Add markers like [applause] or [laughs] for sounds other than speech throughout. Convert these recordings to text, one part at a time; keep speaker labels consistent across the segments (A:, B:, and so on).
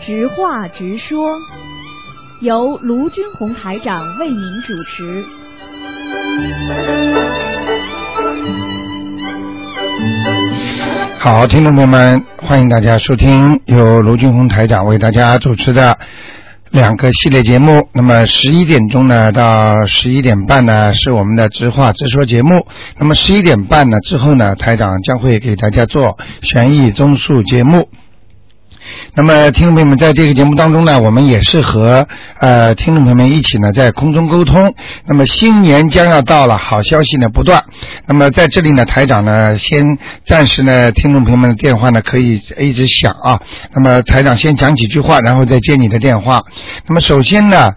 A: 实话直说，由卢军红台长为您主持。
B: 好，听众朋友们，欢迎大家收听由卢俊宏台长为大家主持的两个系列节目。那么十一点钟呢到十一点半呢是我们的直话直说节目。那么十一点半呢之后呢，台长将会给大家做悬疑综述节目。那么，听众朋友们，在这个节目当中呢，我们也是和呃听众朋友们一起呢在空中沟通。那么新年将要到了，好消息呢不断。那么在这里呢，台长呢先暂时呢，听众朋友们的电话呢可以一直响啊。那么台长先讲几句话，然后再接你的电话。那么首先呢。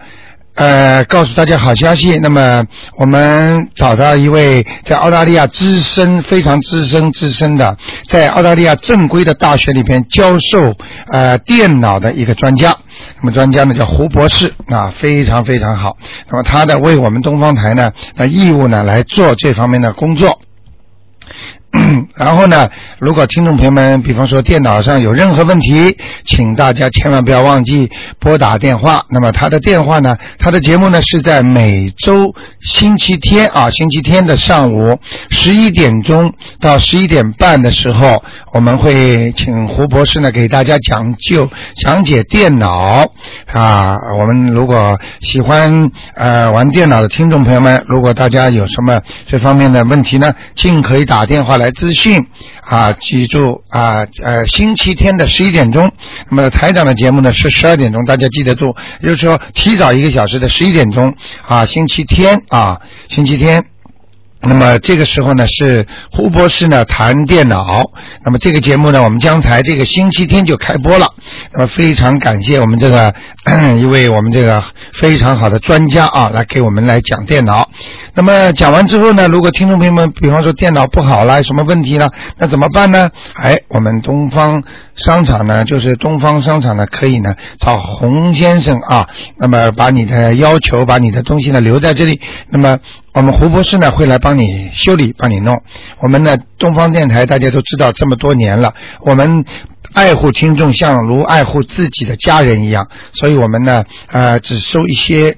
B: 呃，告诉大家好消息。那么我们找到一位在澳大利亚资深、非常资深、资深的，在澳大利亚正规的大学里边教授呃电脑的一个专家。那么专家呢叫胡博士啊，非常非常好。那么他呢为我们东方台呢，那义务呢来做这方面的工作。 [clears throat] 然后呢，如果听众朋友们，比方说电脑上有任何问题，请大家千万不要忘记拨打电话。那么他的电话呢，他的节目呢是在每周星期天啊，星期天的上午十一点钟到十一点半的时候，我们会请胡博士呢给大家讲究讲解电脑啊。我们如果喜欢呃玩电脑的听众朋友们，如果大家有什么这方面的问题呢，尽可以打电话来咨询啊。记住啊呃，星期天的十一点钟，那么台长的节目呢是十二点钟，大家记得住，也就是说提早一个小时的十一点钟啊，星期天啊，星期天。那么这个时候呢，是胡博士呢谈电脑。那么这个节目呢，我们将在这个星期天就开播了。那么非常感谢我们这个 [clears throat] 一位我们这个非常好的专家啊，来给我们来讲电脑。那么讲完之后呢，如果听众朋友们，比方说电脑不好啦，有什么问题呢？那怎么办呢？哎，我们东方商场呢，就是东方商场呢，可以呢找洪先生啊，那么把你的要求，把你的东西呢留在这里，那么。我们胡博士呢会来帮你修理，帮你弄。我们呢，东方电台大家都知道这么多年了，我们爱护听众像如爱护自己的家人一样，所以我们呢，呃，只收一些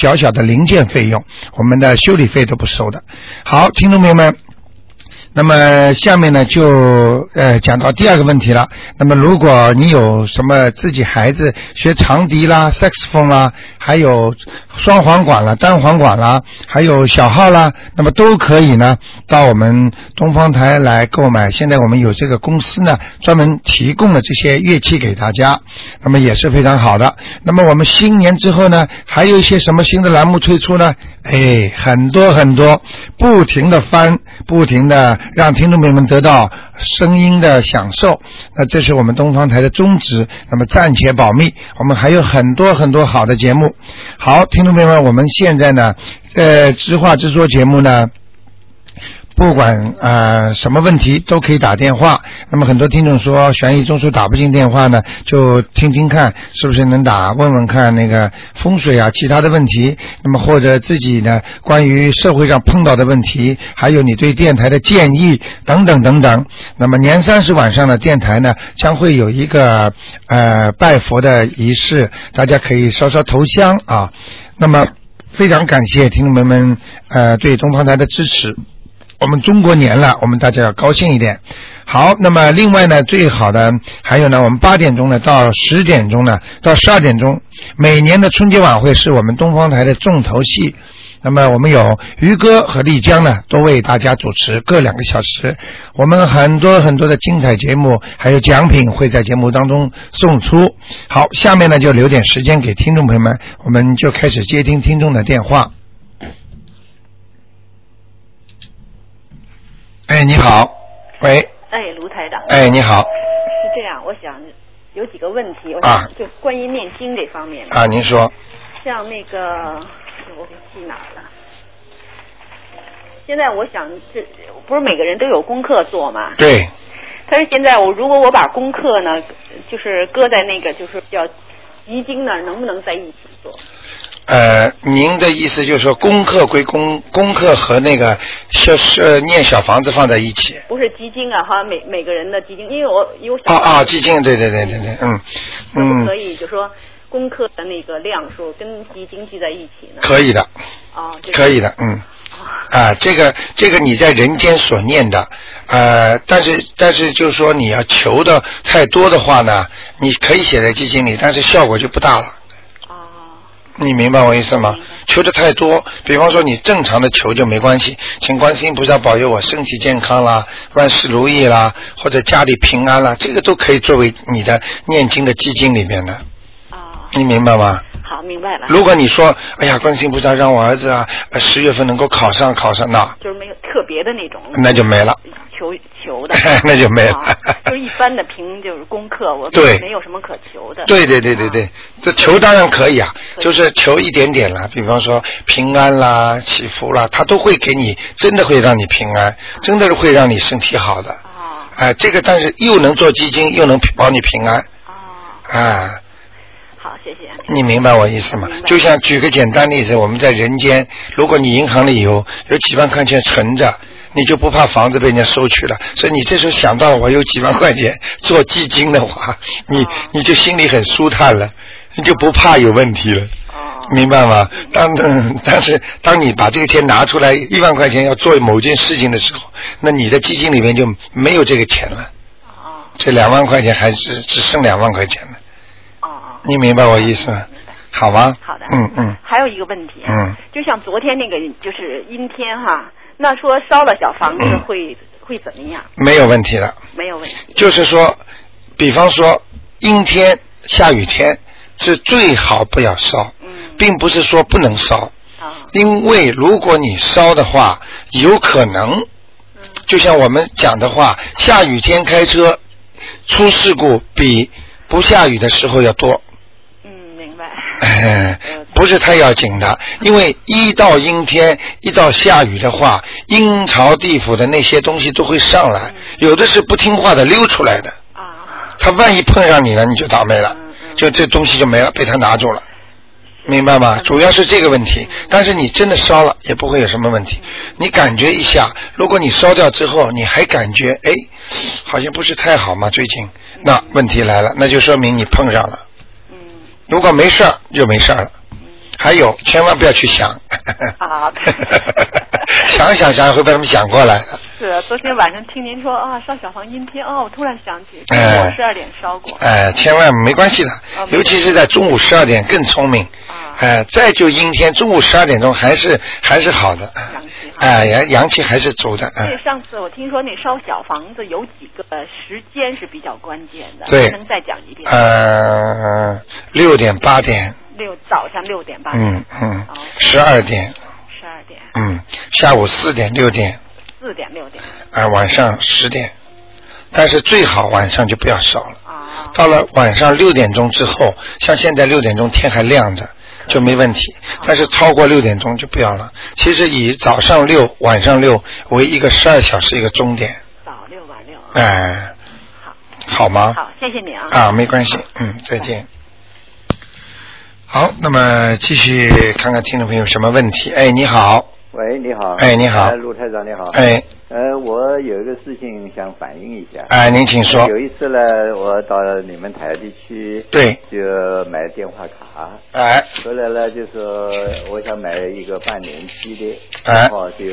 B: 小小的零件费用，我们的修理费都不收的。好，听众朋友们。那么下面呢，就呃讲到第二个问题了。那么如果你有什么自己孩子学长笛啦、saxophone 啦，还有双簧管啦、单簧管啦，还有小号啦，那么都可以呢，到我们东方台来购买。现在我们有这个公司呢，专门提供了这些乐器给大家，那么也是非常好的。那么我们新年之后呢，还有一些什么新的栏目推出呢？哎，很多很多，不停的翻，不停的让听众朋友们得到声音的享受。那这是我们东方台的宗旨。那么暂且保密，我们还有很多很多好的节目。好，听众朋友们，我们现在呢，呃，直话直说节目呢。不管呃什么问题都可以打电话。那么很多听众说悬疑中枢打不进电话呢，就听听看是不是能打，问问看那个风水啊其他的问题。那么或者自己呢关于社会上碰到的问题，还有你对电台的建议等等等等。那么年三十晚上呢，电台呢将会有一个呃拜佛的仪式，大家可以烧烧头香啊。那么非常感谢听众朋友们呃对东方台的支持。我们中国年了，我们大家要高兴一点。好，那么另外呢，最好的还有呢，我们八点钟呢到十点钟呢到十二点钟，每年的春节晚会是我们东方台的重头戏。那么我们有于哥和丽江呢，都为大家主持各两个小时。我们很多很多的精彩节目，还有奖品会在节目当中送出。好，下面呢就留点时间给听众朋友们，我们就开始接听听众的电话。哎，你好，喂，
C: 哎，卢台长，
B: 哎，你好
C: 是这样，我想有几个问题，我
B: 啊
C: 想就关于念经这方面的，
B: 啊，您说，
C: 像那个哎我给记哪儿了？现在我想这不是每个人都有功课做嘛，
B: 对，
C: 但是现在我如果我把功课呢，就是搁在那个就是叫集经那儿，能不能在一起做？
B: 呃，您的意思就是说，功课归功，功课和那个小是念小房子放在一起。
C: 不是基金啊，哈，每每个人的基金，因为我有小
B: 啊啊，基金，对对对对对，嗯
C: 可不
B: 嗯
C: 可，以就说功课的那个量数跟基金记在一起呢？
B: 可以的，
C: 啊，这个
B: 可以的，嗯。
C: 啊，
B: 啊，这个这个你在人间所念的，呃，但是但是就是说你要求的太多的话呢，你可以写在基金里，但是效果就不大了。
C: 啊，
B: 你明白我意思吗
C: 明白？
B: 求的太多，比方说你正常的求就没关系，请观世音菩萨保佑我身体健康啦，万事如意啦，或者家里平安啦，这个都可以作为你的念经的基金里面的，
C: 啊，
B: 你明白吗？
C: 好，明白了，
B: 如果你说，哎呀，观世音菩萨让我儿子啊，呃十月份能够考上考上，那
C: 就是没有特别的那种
B: 那就没了。，
C: 求求的
B: [laughs] 那就没了
C: 啊就是一般的平就是功课，我
B: 对
C: 没有什么可求的。
B: 对对对对对，这求当然可以啊，就是求一点点啦，比方说平安啦、祈福啦，他都会给你，真的会让你平安，真的是会让你身体好的。
C: 啊
B: 哎，这个但是又能做基金，又能保你平安，
C: 啊，
B: 啊，
C: 好，谢谢。
B: 你明白我意思吗
C: 明？白
B: 就像举个简单例子，我们在人间，如果你银行里有有几万块钱存着，你就不怕房子被人家收取了。所以你这时候想到我有几万块钱做基金的话，你
C: 哦
B: 你就心里很舒坦了，你就不怕有问题了。
C: 哦，
B: 明白吗？当 [laughs] 嗯但是当你把这个钱拿出来一万块钱要做某件事情的时候，那你的基金里面就没有这个钱了，
C: 哦
B: 这两万块钱还是只剩两万块钱了。
C: 哦哦，
B: 你明白我意思吗？
C: 明白。
B: 好吗？
C: 好的
B: 嗯嗯
C: 还有一个问题，啊
B: 嗯，
C: 就像昨天那个就是阴天哈，那说烧了小房子
B: 嗯
C: 会会怎么样？
B: 没有问题的。
C: 没有问题。
B: 就是说，比方说阴天、下雨天是最好不要烧，
C: 嗯，
B: 并不是说不能烧，
C: 啊，
B: 因为如果你烧的话，有可能
C: 嗯
B: 就像我们讲的话，下雨天开车出事故比不下雨的时候要多。
C: 嗯，明白。
B: 哎 [laughs]
C: 呃
B: 不是太要紧的，因为一到阴天，一到下雨的话，阴曹地府的那些东西都会上来
C: 嗯，
B: 有的是不听话的溜出来的，
C: 啊，
B: 他万一碰上你了，你就倒霉了
C: 嗯，嗯
B: 就这东西就没了，被他拿走了。明白吗？
C: 嗯
B: 主要是这个问题
C: 嗯，
B: 但是你真的烧了也不会有什么问题。你感觉一下，如果你烧掉之后，你还感觉哎，好像不是太好嘛，最近，那问题来了，那就说明你碰上了。
C: 嗯
B: 如果没事儿就没事儿了。
C: 嗯，
B: 还有，千万不要去
C: [laughs]
B: 想。 [laughs]
C: 啊
B: 想想想会被他们想过来的。
C: 是昨天晚上听您说啊烧小房阴天哦，我突然想起，中
B: 哎
C: 午十二点烧过。
B: 哎，千万没关系的
C: 哦，
B: 尤其是在中午十二点更聪明。
C: 啊
B: 哎，再就阴天，中午十二点钟还是还是好的。
C: 阳气哈
B: 哎，阳阳气还是足的。
C: 对，
B: 嗯，
C: 上次我听说那烧小房子有几个时间是比较关键的，
B: 对
C: 能再讲一遍？
B: 哎呃，六点八点，
C: 六早上六点半，
B: 嗯嗯
C: 哦，
B: 十二点，
C: 十二点、
B: 嗯，下午四点六点，
C: 四点、六点
B: 啊、晚上十点。但是最好晚上就不要烧了。
C: 啊，
B: 到了晚上六点钟之后，像现在六点钟天还亮着，就没问题。但是超过六点钟就不要了。其实以早上六、晚上六为一个十二小时一个终点，
C: 早六晚六。
B: 哎、
C: 好，
B: 好吗？
C: 好，谢谢你啊。
B: 啊，没关系，嗯，再见。好，那么继续看看听众朋友有什么问题。哎，你好，
D: 喂，你好。
B: 哎你好
D: 呃陆台长，你好。。
B: 哎，
D: 呃，我有一个事情想反映一下。
B: 哎，您请说
D: 有。一次呢，我到你们台地区，
B: 对，
D: 就买电话卡，
B: 哎，
D: 后来呢，就说我想买一个半年期的，
B: 哎
D: 然后就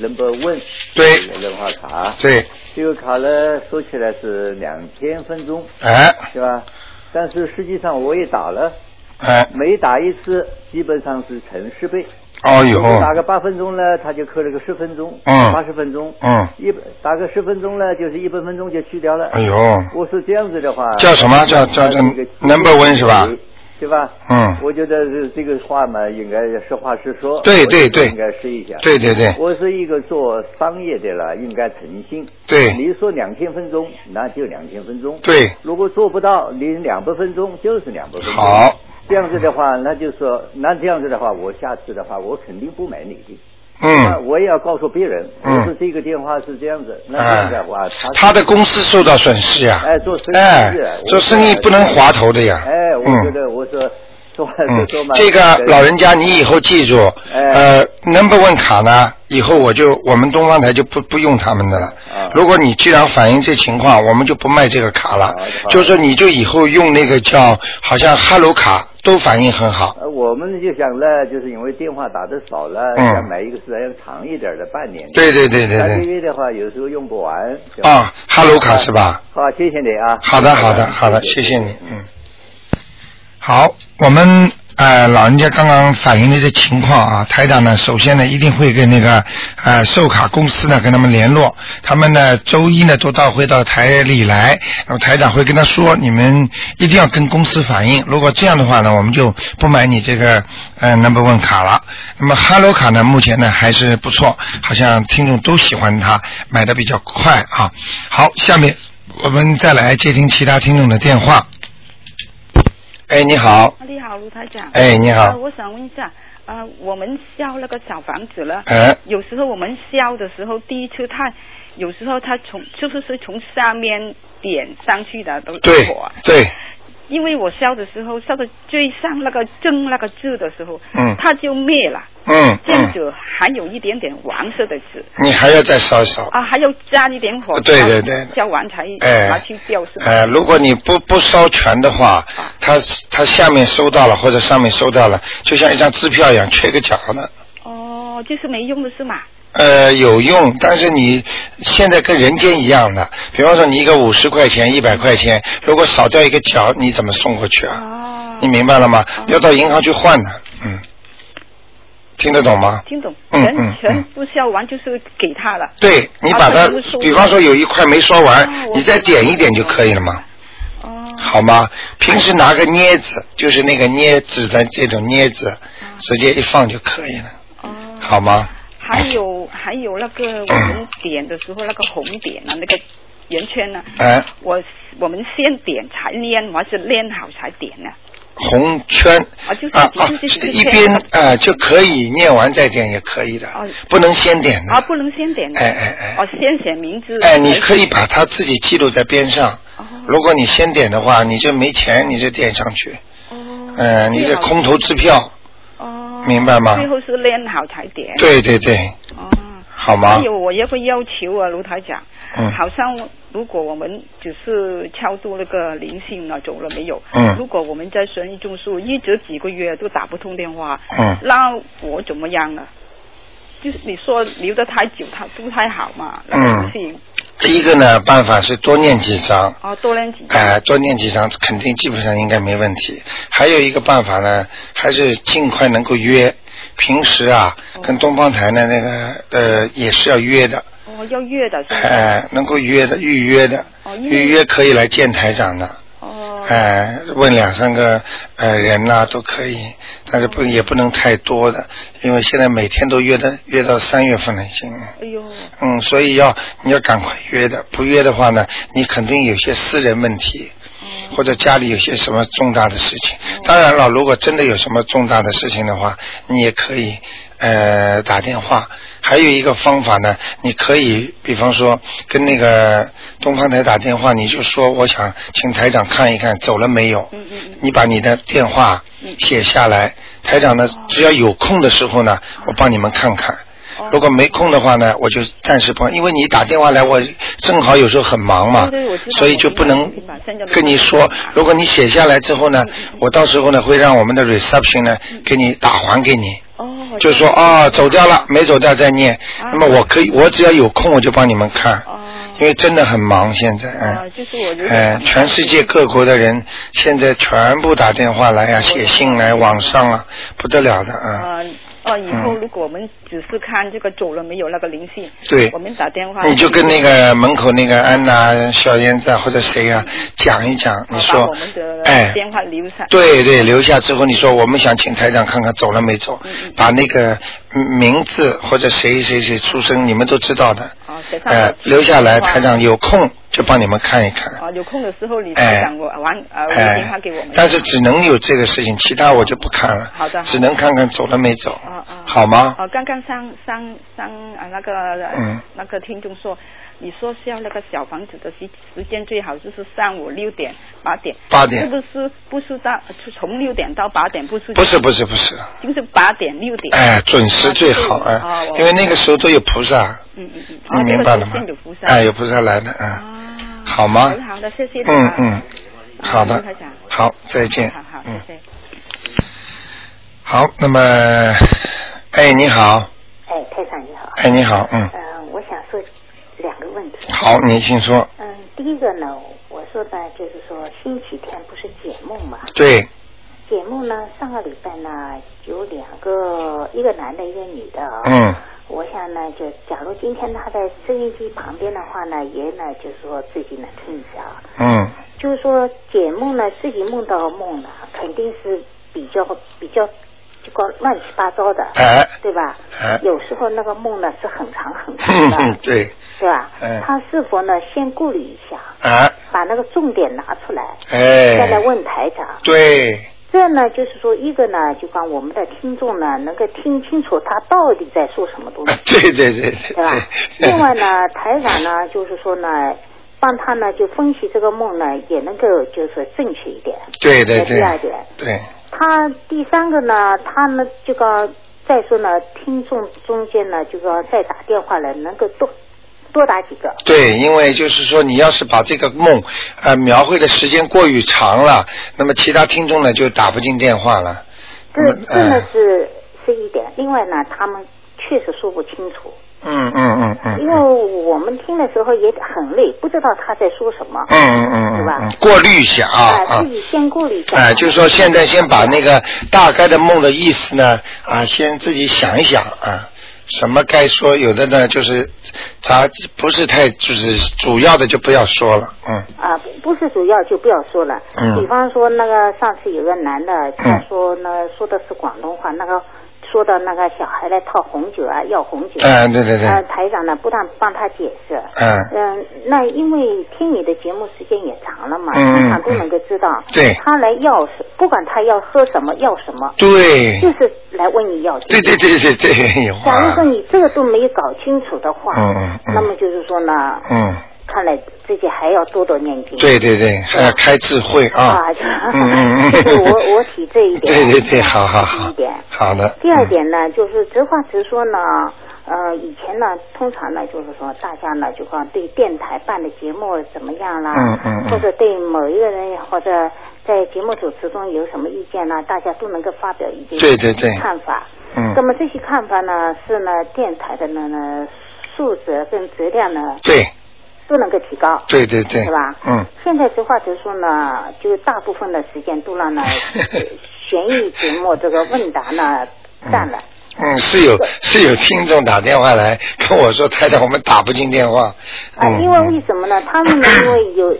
D: number one
B: 对
D: 这个电话卡，
B: 对，
D: 这个卡呢说起来是两千分钟，
B: 哎，
D: 是吧？但是实际上我也打了，
B: 哎，
D: 每打一次基本上是乘十倍。
B: 哦呦，
D: 打个八分钟呢，他就扣了个十分钟，
B: 嗯
D: 八十分钟，
B: 嗯
D: 一百打个十分钟呢，就是一百分钟就去掉了。
B: 哎呦，
D: 我说这样子的话，
B: 叫什么叫叫叫
D: 这个
B: number one 是吧？
D: 对吧？
B: 嗯
D: 我觉得这这个话嘛，应该实话实说。
B: 对对对
D: 我应该试一下。
B: 对对对
D: 我是一个做商业的了，应该诚信。
B: 对
D: 你说两千分钟，那就两千分钟。
B: 对
D: 如果做不到，你两百分钟就是两百分钟。
B: 好。
D: 这样子的话，那就说，那这样子的话，我下次的话，我肯定不买你的。那
B: 嗯。
D: 我也要告诉别人，
B: 嗯
D: 我说这个电话是这样子，那这
B: 哎
D: 样的话，他，
B: 他的公司受到损失呀。
D: 哎做生意是
B: 哎
D: 我觉得
B: 做生意不能滑头的呀。
D: 哎，我觉
B: 啊嗯，
D: 得我说说
B: 嗯
D: 就说嘛，，
B: 这个老人家你以后记住，
D: 哎
B: 呃，Number One 卡呢，以后我就我们东方台就不不用他们的了
D: 啊。
B: 如果你既然反映这情况，我们就不卖这个卡了
D: 好的啊好。的
B: 就是你就以后用那个叫好像 Hello 卡，都反应很好。
D: 呃，我们就想呢，就是因为电话打的少了，
B: 嗯
D: 想买一个时间长一点的，半年的。
B: 对对对对
D: 三个
B: 对。
D: 月的话，有时候用不完。对吧
B: 啊，Hello 卡是吧？？
D: 好，谢谢你啊。
B: 好的，好的，好的，谢谢你，嗯。好，我们呃老人家刚刚反映的这情况啊，台长呢，首先呢一定会跟那个呃售卡公司呢跟他们联络，他们呢周一呢都到会到台里来，那么台长会跟他说，你们一定要跟公司反映，如果这样的话呢，我们就不买你这个呃 number one 卡了。那么 hello 卡呢，目前呢还是不错，好像听众都喜欢它，买的比较快啊。好，下面我们再来接听其他听众的电话。哎，你好，
E: 啊你好，卢台长。
B: 哎，你
E: 呃
B: 好，
E: 我想问一下，啊、我们烧那个小房子了，
B: 哎，
E: 有时候我们烧的时候，第一次它有时候它从就是是从下面点上去的，都
B: 对
E: 火。
B: 对，
E: 因为我烧的时候，烧到最上那个正那个字的时候，
B: 嗯
E: 它就灭了，
B: 嗯
E: 这样
B: 嗯，
E: 子还有一点点黄色的字。
B: 你还要再烧一烧。
E: 啊，还要加一点火，
B: 嗯对对对
E: 烧完才
B: 哎
E: 拿去掉是吧？啊
B: 哎，如果你不不烧全的话，它它下面收到了或者上面收到了，就像一张支票一样缺个角的。
E: 哦，就是没用的是吗？
B: 呃，有用，但是你现在跟人间一样的，比方说你一个五十块钱、一百块钱，如果少掉一个角，你怎么送过去啊？
E: 哦，
B: 你明白了吗？要到银行去换的，嗯，听得懂吗？
E: 听懂，
B: 嗯
E: 全
B: 嗯
E: 全
B: 嗯
E: 部消完就是给他了。
B: 对你把它
E: 啊这个不收，
B: 比方说有一块没说完
E: 哦，
B: 哎
E: 我
B: 你再点一点就可以了嘛，
E: 哦，
B: 好吗？平时拿个镊子，就是那个镊子的这种镊子，
E: 嗯
B: 直接一放就可以了，
E: 哦，
B: 好哎吗？
E: 还有还有那个我们点的时候那个红点啊，那个圆圈呢、
B: 哎，
E: 我我们先点才练，我还是练好才点呢、
B: 红圈
E: 啊就是
B: 啊啊
E: 就是就是，
B: 一
E: 这样
B: 边啊就可以念完再点也可以的
E: 哦，
B: 不能先点的
E: 啊，。不能先点
B: 嗯
E: 的，
B: 哎哎哎
E: 哦，先写名字，
B: 哎，你可以把它自己记录在边上。
E: 哦
B: 如果你先点的话，你就没钱，你就点上去。
E: 哦，
B: 嗯，你
E: 最
B: 这
E: 好
B: 空头支票，
E: 哦，
B: 明白吗
E: 最后是练好才点，，
B: 对对对，
E: 哦。
B: 好吗
E: 还？有我有个要求啊，卢台长，
B: 嗯
E: 好像如果我们只是超度那个灵性呢，走了没有？
B: 嗯
E: 如果我们在生意种树，一直几个月都打不通电话，
B: 嗯
E: 那我怎么样呢？就是你说留得太久，它不太好嘛，那
B: 嗯
E: 个东西
B: 第一个呢，办法是多念几张，
E: 啊，多练几
B: 哎、
E: 张。
B: 多念几张，肯定基本上应该没问题。还有一个办法呢，还是尽快能够约。平时啊，跟东方台的那个呃也是要约的，
E: 哦，要月的是
B: 哎、
E: 吧？
B: 能够约的预约的，
E: 哦因为
B: 预约可以来见台长的。
E: 哦，
B: 哎，问两三个呃人呐、都可以，但是不也不能太多的，因为现在每天都约的约到三月份了已经，
E: 哎呦，
B: 嗯，所以要你要赶快约的，不约的话呢，你肯定有些私人问题，
E: 嗯
B: 或者家里有些什么重大的事情。当然了，如果真的有什么重大的事情的话，你也可以呃打电话。还有一个方法呢，你可以比方说跟那个东方台打电话，你就说我想请台长看一看走了没有，
E: 嗯嗯嗯，
B: 你把你的电话写下来，台长呢
E: 哦
B: 只要有空的时候呢，我帮你们看看。
E: 哦
B: 如果没空的话呢，我就暂时不，因为你打电话来，我正好有时候很忙嘛
E: 对对我知，道
B: 所以就不能
E: 我明白我明白现在没
B: 跟你
E: 空
B: 说。如果你写下来之后
E: 嗯
B: 呢，我到时候呢会让我们的 reception 呢给你打还给你，
E: 哦，
B: 就说啊、走掉了，没走掉再念。那么我可以，我只要有空我就帮你们看，
E: 啊哦，
B: 因为真的很忙现在，嗯。
E: 哦，就是我有
B: 哎，
E: 点
B: 全世界各国的人现在全部打电话来呀、写信来，网上啊，不得了的啊！
E: 呃，哦，以后
B: 嗯
E: 如果我们只是看这个走了没有那个灵性，
B: 对
E: 我们打电话，
B: 你就跟那个门口那个安娜、小燕子啊，或者谁啊，讲一讲，
E: 啊
B: 你
E: 把
B: 说
E: 我们的，
B: 哎，
E: 电话留下，
B: 对对，留下之后你说我们想请台长看看走了没走，
E: 嗯
B: 把那个嗯名字或者谁谁谁出生你们都知道的，哎
E: 啊，写上
B: 呃，留下来，台长有空就帮你们看一看。
E: 啊，有空的时候你
B: 哎
E: 台长我完呃，我打电话
B: 哎
E: 给我们。，
B: 但是只能有这个事情，其他我就不看了。
E: 好的好的
B: 只能看看走了没走
E: 啊啊，
B: 好吗？
E: 哦，刚刚上上上啊那个
B: 嗯
E: 那个听众说，你说要那个小房子的时时间最好就是上午六点八点，
B: 八点
E: 是不是不是到呃从六点到八点不是
B: 不是不是不是，
E: 就是八点六点，
B: 哎，准时最好
E: 啊
B: 啊
E: 对哦，
B: 因为那个时候都有菩萨，
E: 嗯嗯嗯，
B: 你明白了吗
E: 啊这个是有菩？萨
B: 哎，有菩萨来了，嗯，
E: 啊
B: 好吗
E: 好的好的，谢谢你
B: 嗯
E: 啊
B: 嗯，好的
E: 嗯台长，
B: 好，再见
E: 好好，
B: 嗯
E: 谢，谢。
B: 好，那么，哎，你好，
F: 哎，台长你好。
B: 哎，你好，嗯，
F: 呃，我想说两个问题。
B: 好，你先说，
F: 嗯，第一个呢，我说呢，就是说星期天不是解梦嘛？
B: 对，
F: 解梦呢，上个礼拜呢有两个，一个男的，一个女的啊、
B: 嗯，
F: 我想呢，就假如今天他在收音机旁边的话呢，也呢就是说自己呢听一下，
B: 嗯，
F: 就是说解梦呢，自己梦到梦呢，肯定是比较比较就光乱七八糟的，
B: 哎，
F: 对吧？
B: 哎
F: 有时候那个梦呢是很长很长
B: 哼
F: 的。
B: 哼，嗯 [laughs] 对，
F: 对吧？
B: 嗯
F: 他是否呢先顾虑一下，
B: 啊，
F: 把那个重点拿出来，再来
B: 哎，
F: 问台长。
B: 对，啊
F: 这样呢，就是说一个呢，就帮我们的听众呢能够听清楚他到底在说什么东西，
B: 对对对对对，
F: 对吧？另外呢，台长呢就是说呢，帮他呢就分析这个梦呢，也能够就是说正确一点。
B: [laughs] 对对
F: 这是
B: 对
F: 第二点，
B: 对，
F: 他第三个呢，他呢这个再说呢，听众中间呢这个再打电话来，能够多多打几个。
B: 对，因为就是说，你要是把这个梦，呃，描绘的时间过于长了，那么其他听众呢就打不进电话了。
F: 这
B: 嗯
F: 这呢
B: 哎
F: 是是一点，另外呢，他们确实说不清楚，
B: 嗯嗯嗯嗯。
F: 因为我们听的时候也很累，不知道他在说什么。
B: 嗯嗯嗯
F: 是
B: 嗯
F: 吧
B: 嗯，过滤一下啊
F: 哎
B: 啊
F: 自己先过滤一。下
B: 哎，就是说现在先把那个大概的梦的意思呢，啊，先自己想一想啊，什么该说，有的呢就是，咱不是太就是主要的就不要说了，嗯
F: 啊，不是主要就不要说了。
B: 嗯
F: 比方说那个上次有个男的，他说呢、说的是广东话，那个说到那个小孩来套红酒啊，要红酒。
B: 哎对对对
F: 呃，台长呢不但帮他解释。
B: 嗯
F: 嗯，那因为听你的节目时间也长了嘛，
B: 嗯
F: 经常都能够知道。
B: 对
F: 他来要是不管他要喝什么要什么，
B: 对
F: 就是来问你要
B: 对对
F: 钱。
B: 对对对，
F: 假如
B: 哇
F: 说，你这个都没有搞清楚的话，
B: 嗯嗯嗯
F: 那么就是说呢，
B: 嗯，
F: 看来自己还要多多念经。
B: 对对对，还要开智慧啊
F: 啊，，
B: 嗯嗯
F: 这
B: 嗯，
F: 个 [laughs] 我我体这一点，
B: 对对对，好好
F: 体
B: 好
F: 一点。，
B: 好的。
F: 第二
B: 嗯
F: 点呢，就是直话直说呢，呃，以前呢，通常呢，就是说大家呢，就光对电台办的节目怎么样啦，
B: 嗯嗯嗯
F: 或者对某一个人或者在节目主持中有什么意见呢，大家都能够发表意见，
B: 对对对
F: 看法。
B: 嗯
F: 那么这些看法呢，是呢，电台的呢呢素质跟质量呢
B: 对
F: 都能够提高。
B: 对对对，
F: 是吧？
B: 嗯，。
F: 现在实话实说呢，就大部分的时间都
B: [laughs]
F: 让呢悬疑节目这个问答呢占了。
B: 嗯，是有是有听众打电话来跟我说，太太，我们打不进电话。
F: 啊，
B: 嗯嗯
F: 因为为什么呢？他们呢，因
B: [coughs]
F: 为有，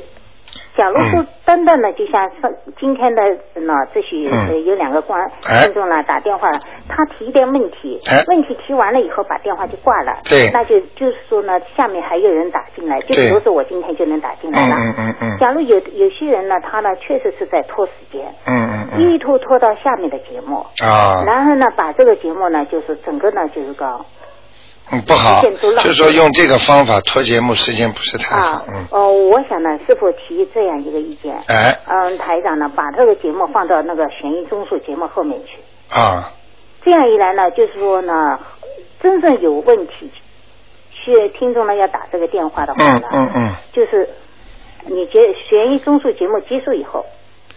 F: 假如说单单的，就像上今天的呢，这些、
B: 嗯
F: 呃有两个观
B: 哎
F: 听众呢打电话，他提一点问题，
B: 哎
F: 问题提完了以后把电话就挂了，
B: 对
F: 那就就是说呢，下面还有人打进来，就
B: 对
F: 比如说我今天就能打进来了，
B: 嗯嗯嗯嗯
F: 假如有有些人呢，他呢确实是在拖时间，
B: 嗯嗯
F: 一拖拖到下面的节目，
B: 嗯啊，
F: 然后呢把这个节目呢就是整个呢就是个。
B: 嗯不好
F: 时间都，浪费
B: 就说用这个方法拖节目时间不是太
F: 啊
B: 好。嗯，，
F: 哦，我想呢，是否提这样一个意见？
B: 哎
F: 嗯，台长呢，把这个节目放到那个悬疑综述节目后面去。
B: 啊，
F: 这样一来呢，就是说呢，真正有问题，是听众呢要打这个电话的话
B: 嗯
F: 呢，
B: 嗯嗯，
F: 就是你结悬疑综述节目结束以后，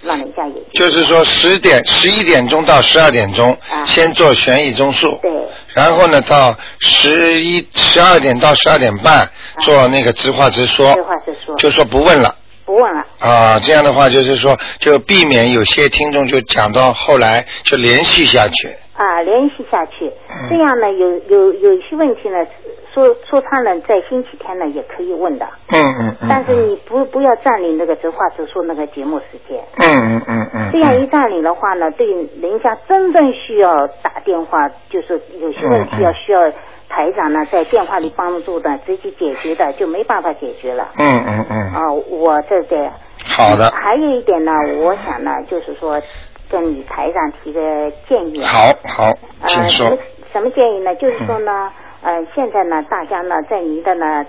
F: 让人家也
B: 就是说十点十一点钟到十二点钟
F: 啊
B: 先做悬疑综述，
F: 对
B: 然后呢到十一十二点到十二点半做那个直话直说
F: 实，话实说，
B: 就说不问了。
F: 不问了。
B: 啊，这样的话就是说，就避免有些听众就讲到后来就连续下去。
F: 啊，联系下去
B: 嗯，
F: 这样呢，有有有一些问题呢，说说穿了，在星期天呢也可以问的。
B: 嗯嗯嗯。
F: 但是你不不要占领那个直话直说那个节目时间，
B: 嗯嗯嗯嗯。
F: 这样一占领的话
B: 嗯
F: 呢，对人家真正需要打电话，就是有些问题要需要台长呢在电话里帮助的，自己解决的就没办法解决了。
B: 嗯嗯嗯，
F: 啊，我这对。
B: 好的，
F: 还有一点呢，我想呢，就是说跟你台长提个建议啊。
B: 好好，请
F: 呃，什
B: 说嗯
F: 么。什么建议呢？就是说呢，呃，现在呢，大家呢，在您的呢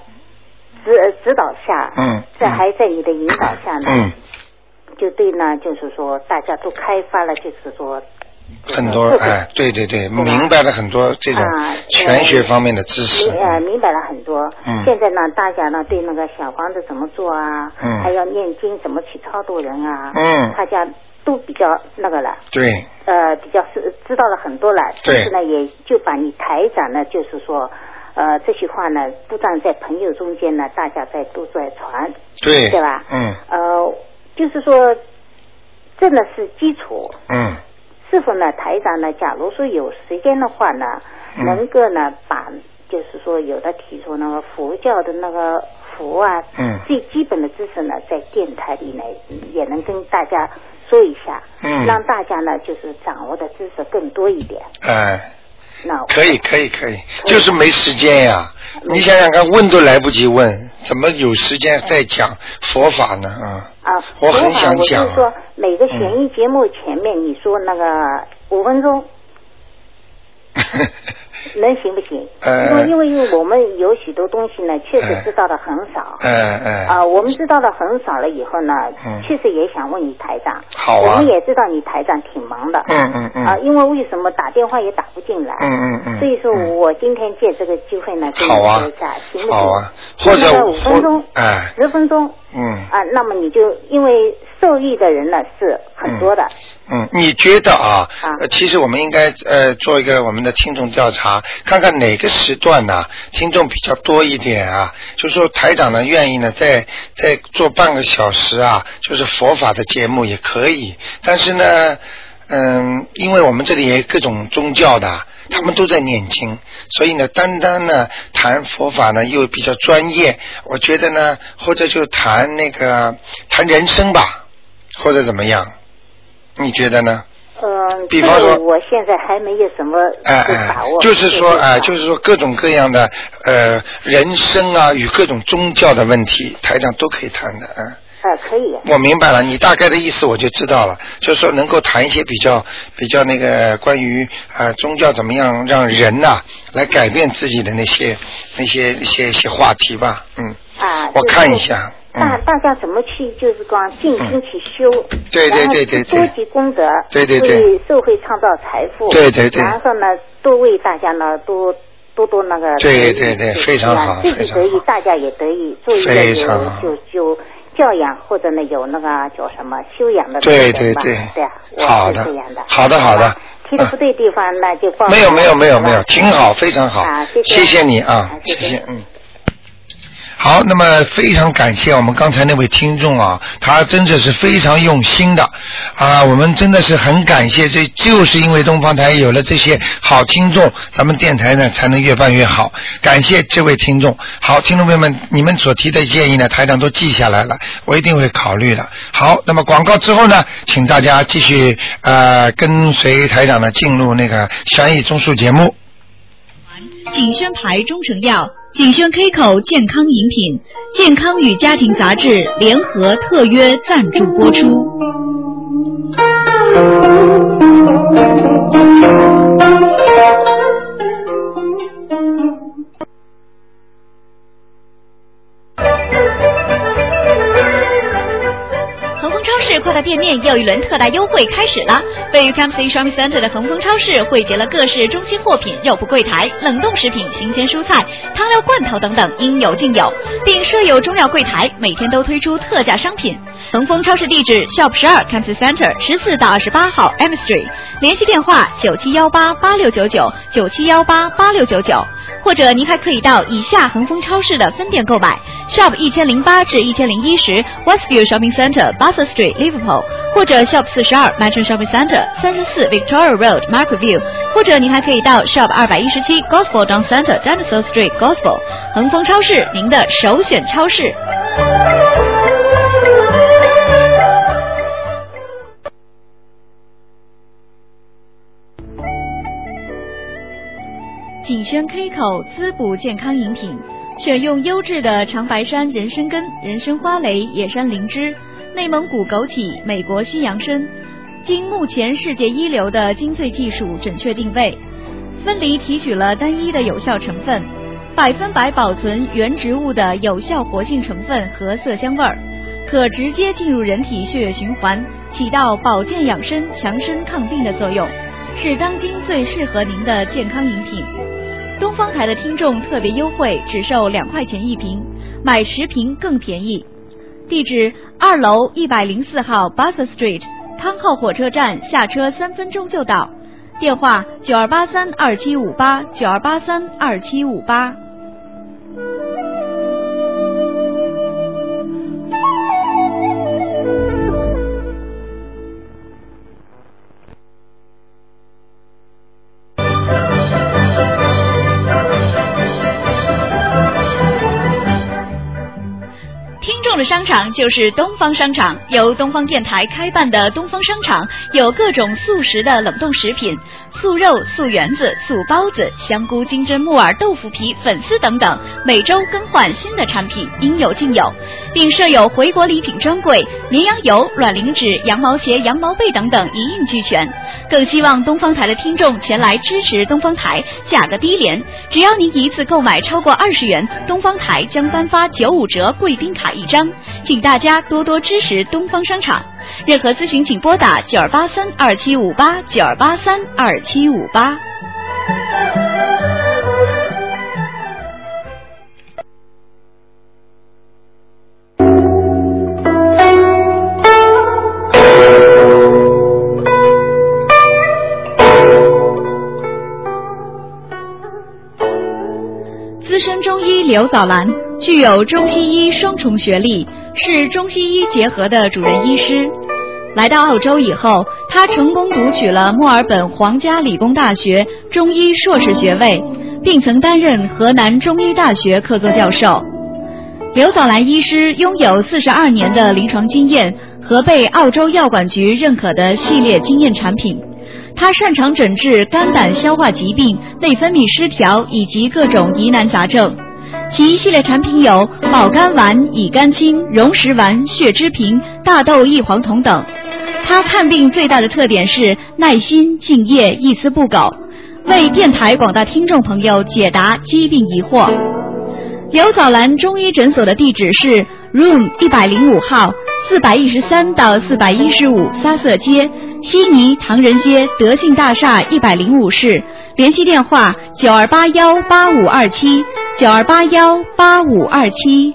F: 指呃指导下，
B: 嗯
F: 这还在你的引导下呢，
B: 嗯，
F: 就对呢，就是说大家都开发了，就是说
B: 很多哎，对对对，明白了很多这种
F: 啊
B: 玄学方面的知识
F: 明。呃明白了很多。
B: 嗯
F: 现在呢，大家呢对那个小房子怎么做啊，
B: 嗯
F: 还要念经怎么去超度人啊，
B: 嗯
F: 大家都比较那个了。
B: 对，
F: 呃，比较是知道了很多了，但
B: 对
F: 是呢，也就把你台长呢，就是说，呃，这些话呢，不断在朋友中间呢，大家在都在传，
B: 对，
F: 对吧
B: 嗯
F: 呃，就是说，这呢是基础。
B: 嗯，
F: 是否呢，台长呢，假如说有时间的话呢，
B: 嗯
F: 能够呢，把就是说有的提出那个佛教的那个佛啊，
B: 嗯
F: 最基本的知识呢，在电台里呢，也能跟大家说一下，
B: 嗯
F: 让大家呢就是掌握的知识更多一点。
B: 哎，
F: 那
B: 可以可以可
F: 嗯
B: 以，就是没时间呀。你想想看，问都来不及问，怎么有时间再讲佛法呢？啊，
F: 啊，
B: 我很想
F: 我
B: 讲啊
F: 就是说每个悬疑节目前面你说那个五分钟。能行不行？因
B: 呃
F: 为因为因为我们有许多东西呢，确实
B: 呃
F: 知道的很少。
B: [laughs] 哎
F: 啊、
B: 哎，
F: 我们知道的很少了以后呢，
B: 嗯
F: 确实也想问你台长。
B: 好啊
F: 我们也知道你台长挺忙的。
B: 嗯嗯嗯
F: 啊、因为为什么打电话也打不进来？
B: 嗯嗯嗯
F: 所以说
B: 嗯
F: 我今天借这个机会呢，跟你
B: 好啊
F: 说一下，行不行？
B: 好啊或者
F: 那么五分钟
B: 或，哎
F: 十分钟。
B: 嗯
F: 啊，那么你就因为受益的人呢是很多的，
B: 嗯，你觉得啊
F: 啊？
B: 呃其实我们应该呃做一个我们的听众调查，看看哪个时段呢、听众比较多一点啊。就说台长呢愿意呢再再做半个小时啊，就是佛法的节目也可以，但是呢。嗯，因为我们这里也各种宗教的，他们都在念经，所以呢，单单呢谈佛法呢又比较专业，我觉得呢，或者就谈那个谈人生吧，或者怎么样？你觉得呢？
F: 嗯，
B: 比
F: 这
B: 方
F: 个
B: 说
F: 我现在还没有什么
B: 哎
F: 把
B: 哎
F: 握，，
B: 就是说
F: 吧
B: 哎，就是说各种各样的呃人生啊与各种宗教的问题，台长都可以谈的，嗯。
F: 呃，可以，
B: 我明白了，你大概的意思我就知道了，就是说能够谈一些比较比较那个关于呃宗教怎么样让人呐、来改变自己的那些那些一些一些话题吧，嗯，
F: 啊，
B: 我
F: 就是
B: 看一下，
F: 大
B: 嗯，
F: 大家怎么去，就是光静心去修，
B: 对对
F: 然后
B: 对对对
F: 多积功德，
B: 对对对
F: 为社会创造财富，
B: 对对对
F: 然后呢，多为大家呢多多多那个
B: 对
F: 得益
B: 对对
F: 就是
B: 非常
F: 啊
B: 好
F: 自
B: 非
F: 己
B: 常
F: 得益
B: 好，
F: 大家也得益，做一个
B: 非
F: 有
B: 常好
F: 就就教养或者呢有那个叫什么修养的
B: 对
F: 过程
B: 对
F: 吧
B: 对
F: 对啊，我
B: 好
F: 是
B: 的
F: 这样的，
B: 好的好的
F: 吧提的不对地方那就报
B: 没有没有没有
F: 是吧
B: 没有，挺好，非常好
F: 啊，谢谢
B: 谢谢你啊
F: 啊，
B: 谢
F: 谢谢
B: 谢，嗯。好，那么非常感谢我们刚才那位听众啊，他真的是非常用心的啊，我们真的是很感谢，这就是因为东方台有了这些好听众，咱们电台呢才能越办越好。感谢这位听众。好，听众朋友们，你们所提的建议呢，台长都记下来了，我一定会考虑的。好，那么广告之后呢，请大家继续呃跟随台长呢进入那个悬疑综述节目。
A: 景轩牌中成药、景轩 K 口健康饮品、健康与家庭杂志联合特约赞助播出。恒丰超市扩大店面又一轮特大优惠开始了！位于 Campsy Shopping Center 的恒丰超市汇集了各式中西货品、肉铺柜台、冷冻食品、新鲜蔬菜、汤料罐头等等，应有尽有，并设有中药柜台，每天都推出特价商品。恒丰超市地址：Shop 十二 Campsy Center 十四到二十八号 M Street，联系电话九七幺八八六九九九七幺八八六九九。或者您还可以到以下恒丰超市的分店购买：Shop 一千零八至一千零一十 Westview Shopping Center Bass Street Liverpool，或者 Shop 四十二 Metro Shopping Center 三十四 Victoria Road Market View，或者您还可以到 Shop 二百一十七 Gospel Down Center Daniel Street Gospel，恒丰超市您的首选超市。景轩 K 口滋补健康饮品，选用优质的长白山人参根、人参花蕾、野山灵芝、内蒙古枸杞、美国西洋参，经目前世界一流的精粹技术准确定位，分离提取了单一的有效成分，百分百保存原植物的有效活性成分和色香味儿，可直接进入人体血液循环，起到保健养生、强身抗病的作用。是当今最适合您的健康饮品。东方台的听众特别优惠，只售两块钱一瓶，买十瓶更便宜。地址：二楼一百零四号 b u s Street，汤浩火车站下车三分钟就到。电话：九二八三二七五八，九二八三二七五八。听众的商场就是东方商场，由东方电台开办的东方商场有各种素食的冷冻食品，素肉、素圆子、素包子、香菇、金针木耳、豆腐皮、粉丝等等，每周更换新的产品，应有尽有，并设有回国礼品专柜，绵羊油、软磷脂、羊毛鞋、羊毛被等等一应俱全。更希望东方台的听众前来支持东方台，价格低廉，只要您一次购买超过二十元，东方台将颁发九五折贵宾卡一张，请大家多多支持东方商场。任何咨询请拨打九二八三二七五八九二八三二七五八。资深中医刘藻兰具有中西医双重学历，是中西医结合的主任医师。来到澳洲以后，她成功读取了墨尔本皇家理工大学中医硕士学位，并曾担任河南中医大学客座教授。刘藻兰医师拥有四十二年的临床经验和被澳洲药管局认可的系列经验产品。他擅长诊治肝胆消化疾病、内分泌失调以及各种疑难杂症。其一系列产品有保肝丸、乙肝清、溶石丸、血脂瓶、大豆异黄酮等。他看病最大的特点是耐心、敬业、一丝不苟，为电台广大听众朋友解答疾病疑惑。刘藻兰中医诊所的地址是 Room 一百零五号，四百一十三到四百一十五沙瑟街，悉尼唐人街德信大厦一百零五室。联系电话：九二八幺八五二七，九二八幺八五二七。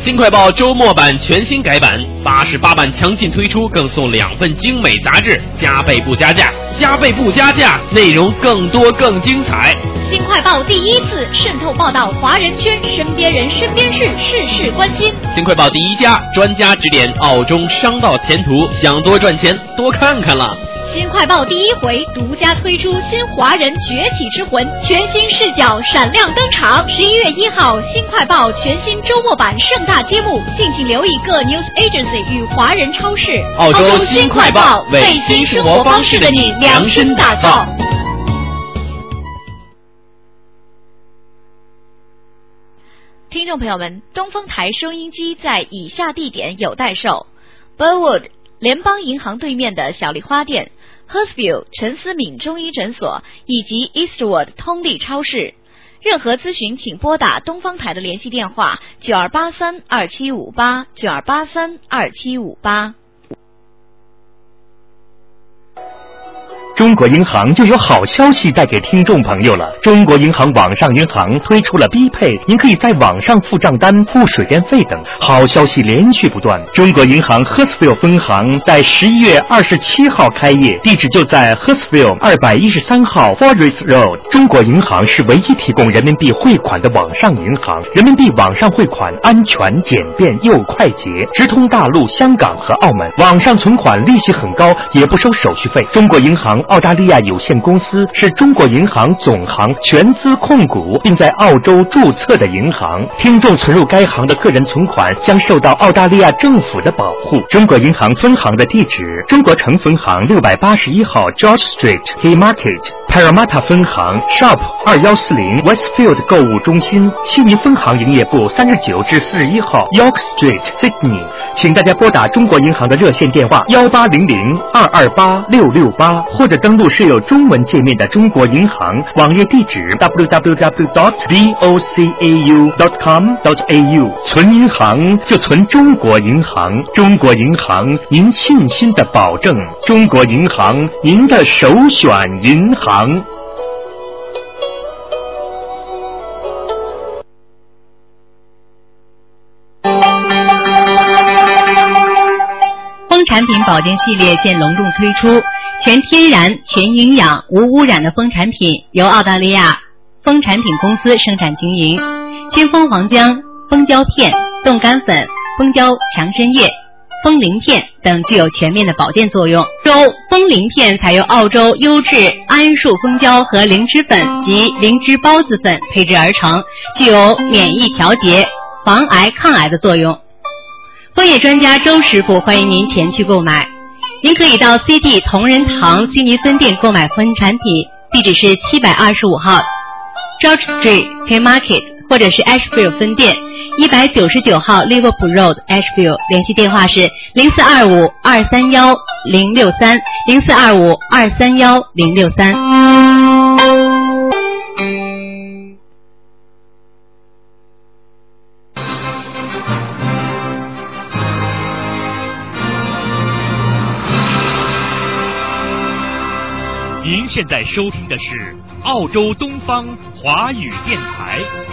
G: 新快报周末版全新改版，八十八版强劲推出，更送两份精美杂志，加倍不加价，加倍不加价，内容更多更精彩。
A: 新快报第一次渗透报道华人圈身边人身边事，事事关心。
G: 新快报第一家，专家指点澳中商道前途，想多赚钱，多看看啦。
A: 新快报第一回独家推出新华人崛起之魂，全新视角闪亮登场。十一月一号，新快报全新周末版盛大揭幕，敬请留意各 news agency 与华人超市。
G: 澳洲新快报为新生活方式的你量身打造。
A: 听众朋友们，东风台收音机在以下地点有代售：Burwood 联邦银行对面的小丽花店、Hurstview 陈思敏中医诊所以及 Eastwood 通力超市。任何咨询请拨打东方台的联系电话九二八三二七五八九二八三二七五八。
H: 中国银行就有好消息带给听众朋友了。中国银行网上银行推出了 B 配，您可以在网上付账单、付水电费等。好消息连续不断。中国银行 Hurstville 分行在十一月二十七号开业，地址就在 Hurstville 二百一十三号 Forest Road。中国银行是唯一提供人民币汇款的网上银行，人民币网上汇款安全、简便又快捷，直通大陆、香港和澳门。网上存款利息很高，也不收手续费。中国银行澳大利亚有限公司是中国银行总行全资控股，并在澳洲注册的银行。听众存入该行的个人存款将受到澳大利亚政府的保护。中国银行分行的地址：中国城分行六百八十一号 George Street Haymarket。Parramatta 分行 Shop 二幺四零 Westfield 购物中心，悉尼分行营业部三十九至四十一号 York Street Sydney，请大家拨打中国银行的热线电话幺八零零二二八六六八，或者登录设有中文界面的中国银行网页地址 www.dot.vocau.dot.com.dot.au。存银行就存中国银行，中国银行您信心的保证，中国银行您的首选银行。
I: 风产品保健系列现隆重推出，全天然、全营养、无污染的风产品，由澳大利亚风产品公司生产经营。清风黄姜、蜂胶片、冻干粉、蜂胶强身液、风铃片等具有全面的保健作用。周风铃片采用澳洲优质桉树蜂胶和灵芝粉及灵芝孢子粉配制而成，具有免疫调节、防癌抗癌的作用。枫叶专家周师傅欢迎您前去购买。您可以到 CD 同仁堂悉尼分店购买婚产品，地址是七百二十五号 George Street Haymarket，或者是 Ashfield 分店一百九十九号 Liverpool Road Ashfield，联系电话是零四二五二三幺零六三零四二五二三幺零六三。
H: 您现在收听的是澳洲东方华语电台。